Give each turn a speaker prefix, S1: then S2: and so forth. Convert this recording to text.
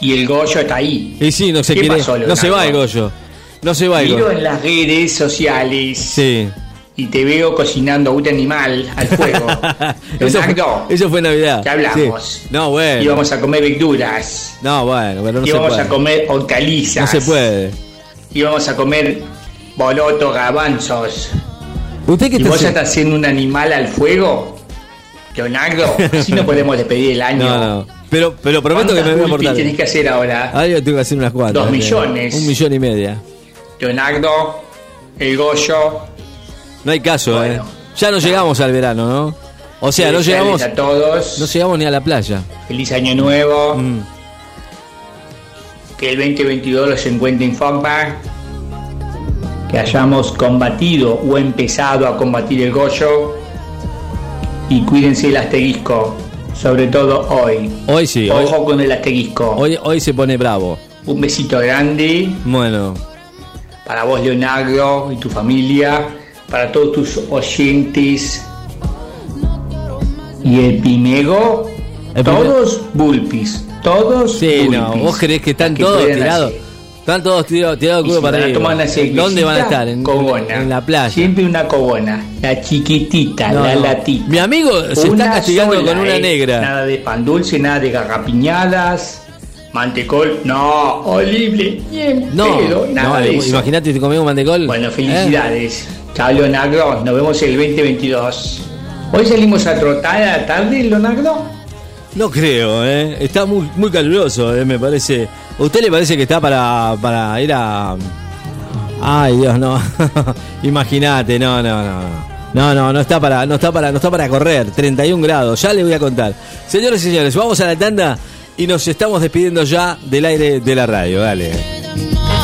S1: Y el Goyo está ahí.
S2: Y sí, no se
S1: ¿Qué
S2: quiere.
S1: pasó,
S2: no se va el
S1: Leonardo?
S2: Goyo. No se va el
S1: Miro
S2: Goyo.
S1: en las redes sociales
S2: Sí.
S1: y te veo cocinando un animal al fuego.
S2: eso, fue,
S1: Leonardo,
S2: eso fue Navidad.
S1: ya hablamos.
S2: Sí. No, bueno.
S1: Íbamos a comer verduras.
S2: No, bueno, pero no se
S1: íbamos
S2: puede.
S1: a comer hortalizas.
S2: No se puede.
S1: Íbamos a comer bolotos, garbanzos.
S2: ¿Usted qué
S1: ¿Y
S2: está
S1: vos ya
S2: haciendo?
S1: estás haciendo un animal al fuego? Leonardo, así no podemos despedir el año.
S2: No, no. Pero, pero prometo que me voy a Ah.
S1: ¿Cuántas burpees
S2: portar.
S1: tenés que hacer ahora?
S2: Ahora yo tengo que hacer unas cuatro.
S1: Dos
S2: eh,
S1: millones.
S2: Un millón y media.
S1: Leonardo, el Goyo,
S2: No hay caso,
S1: Bueno.
S2: ¿eh? Ya no llegamos al verano, ¿no? O sea, no
S1: feliz
S2: llegamos,
S1: a todos.
S2: no llegamos ni a la playa.
S1: Feliz año nuevo.
S2: Mm.
S1: Que el 2022 los encuentre en forma. Que hayamos combatido o empezado a combatir el Goyo. Y cuídense el asterisco. Sobre todo hoy.
S2: Hoy sí, hoy,
S1: Ojo con el asterisco.
S2: hoy, hoy se pone bravo.
S1: Un besito grande.
S2: Bueno,
S1: para vos Leonardo y tu familia, para todos tus oyentes. Y el pinego,
S2: El
S1: todos bulpis, todos
S2: sí,
S1: bulpis.
S2: no, vos creés que están
S1: Las que
S2: todos
S1: puedan
S2: tirados.
S1: hacer.
S2: Están todos tirados tirados
S1: Y
S2: culo
S1: si
S2: para
S1: van a
S2: arriba.
S1: tomar una cervecita,
S2: ¿Dónde van a estar? En,
S1: cobona.
S2: en la playa.
S1: Siempre una cobona, la chiquitita,
S2: No,
S1: la
S2: no.
S1: latita.
S2: Mi amigo se
S1: Una
S2: está castigando
S1: sola,
S2: con una
S1: eh.
S2: negra.
S1: Nada de pan dulce, nada de garrapiñadas, mantecol, no, horrible, ni en
S2: No,
S1: pedo, nada
S2: no, eh,
S1: de eso.
S2: imagínate si comemos mantecol.
S1: Bueno,
S2: ¿eh?
S1: felicidades. Chao, Leonardo. Nos vemos el 2022. Hoy salimos a trotar a la tarde, Leonardo.
S2: No creo, ¿eh? Está muy, muy caluroso, ¿eh? me parece. ¿A usted le parece que está para, para ir a... Ay, Dios, no. Imagínate, no, no, no. no. No, no, no está para, no está para, no está para correr. 31 grados, ya le voy a contar. Señores y señores, vamos a la tanda y nos estamos despidiendo ya del aire de la radio. Dale.
S3: no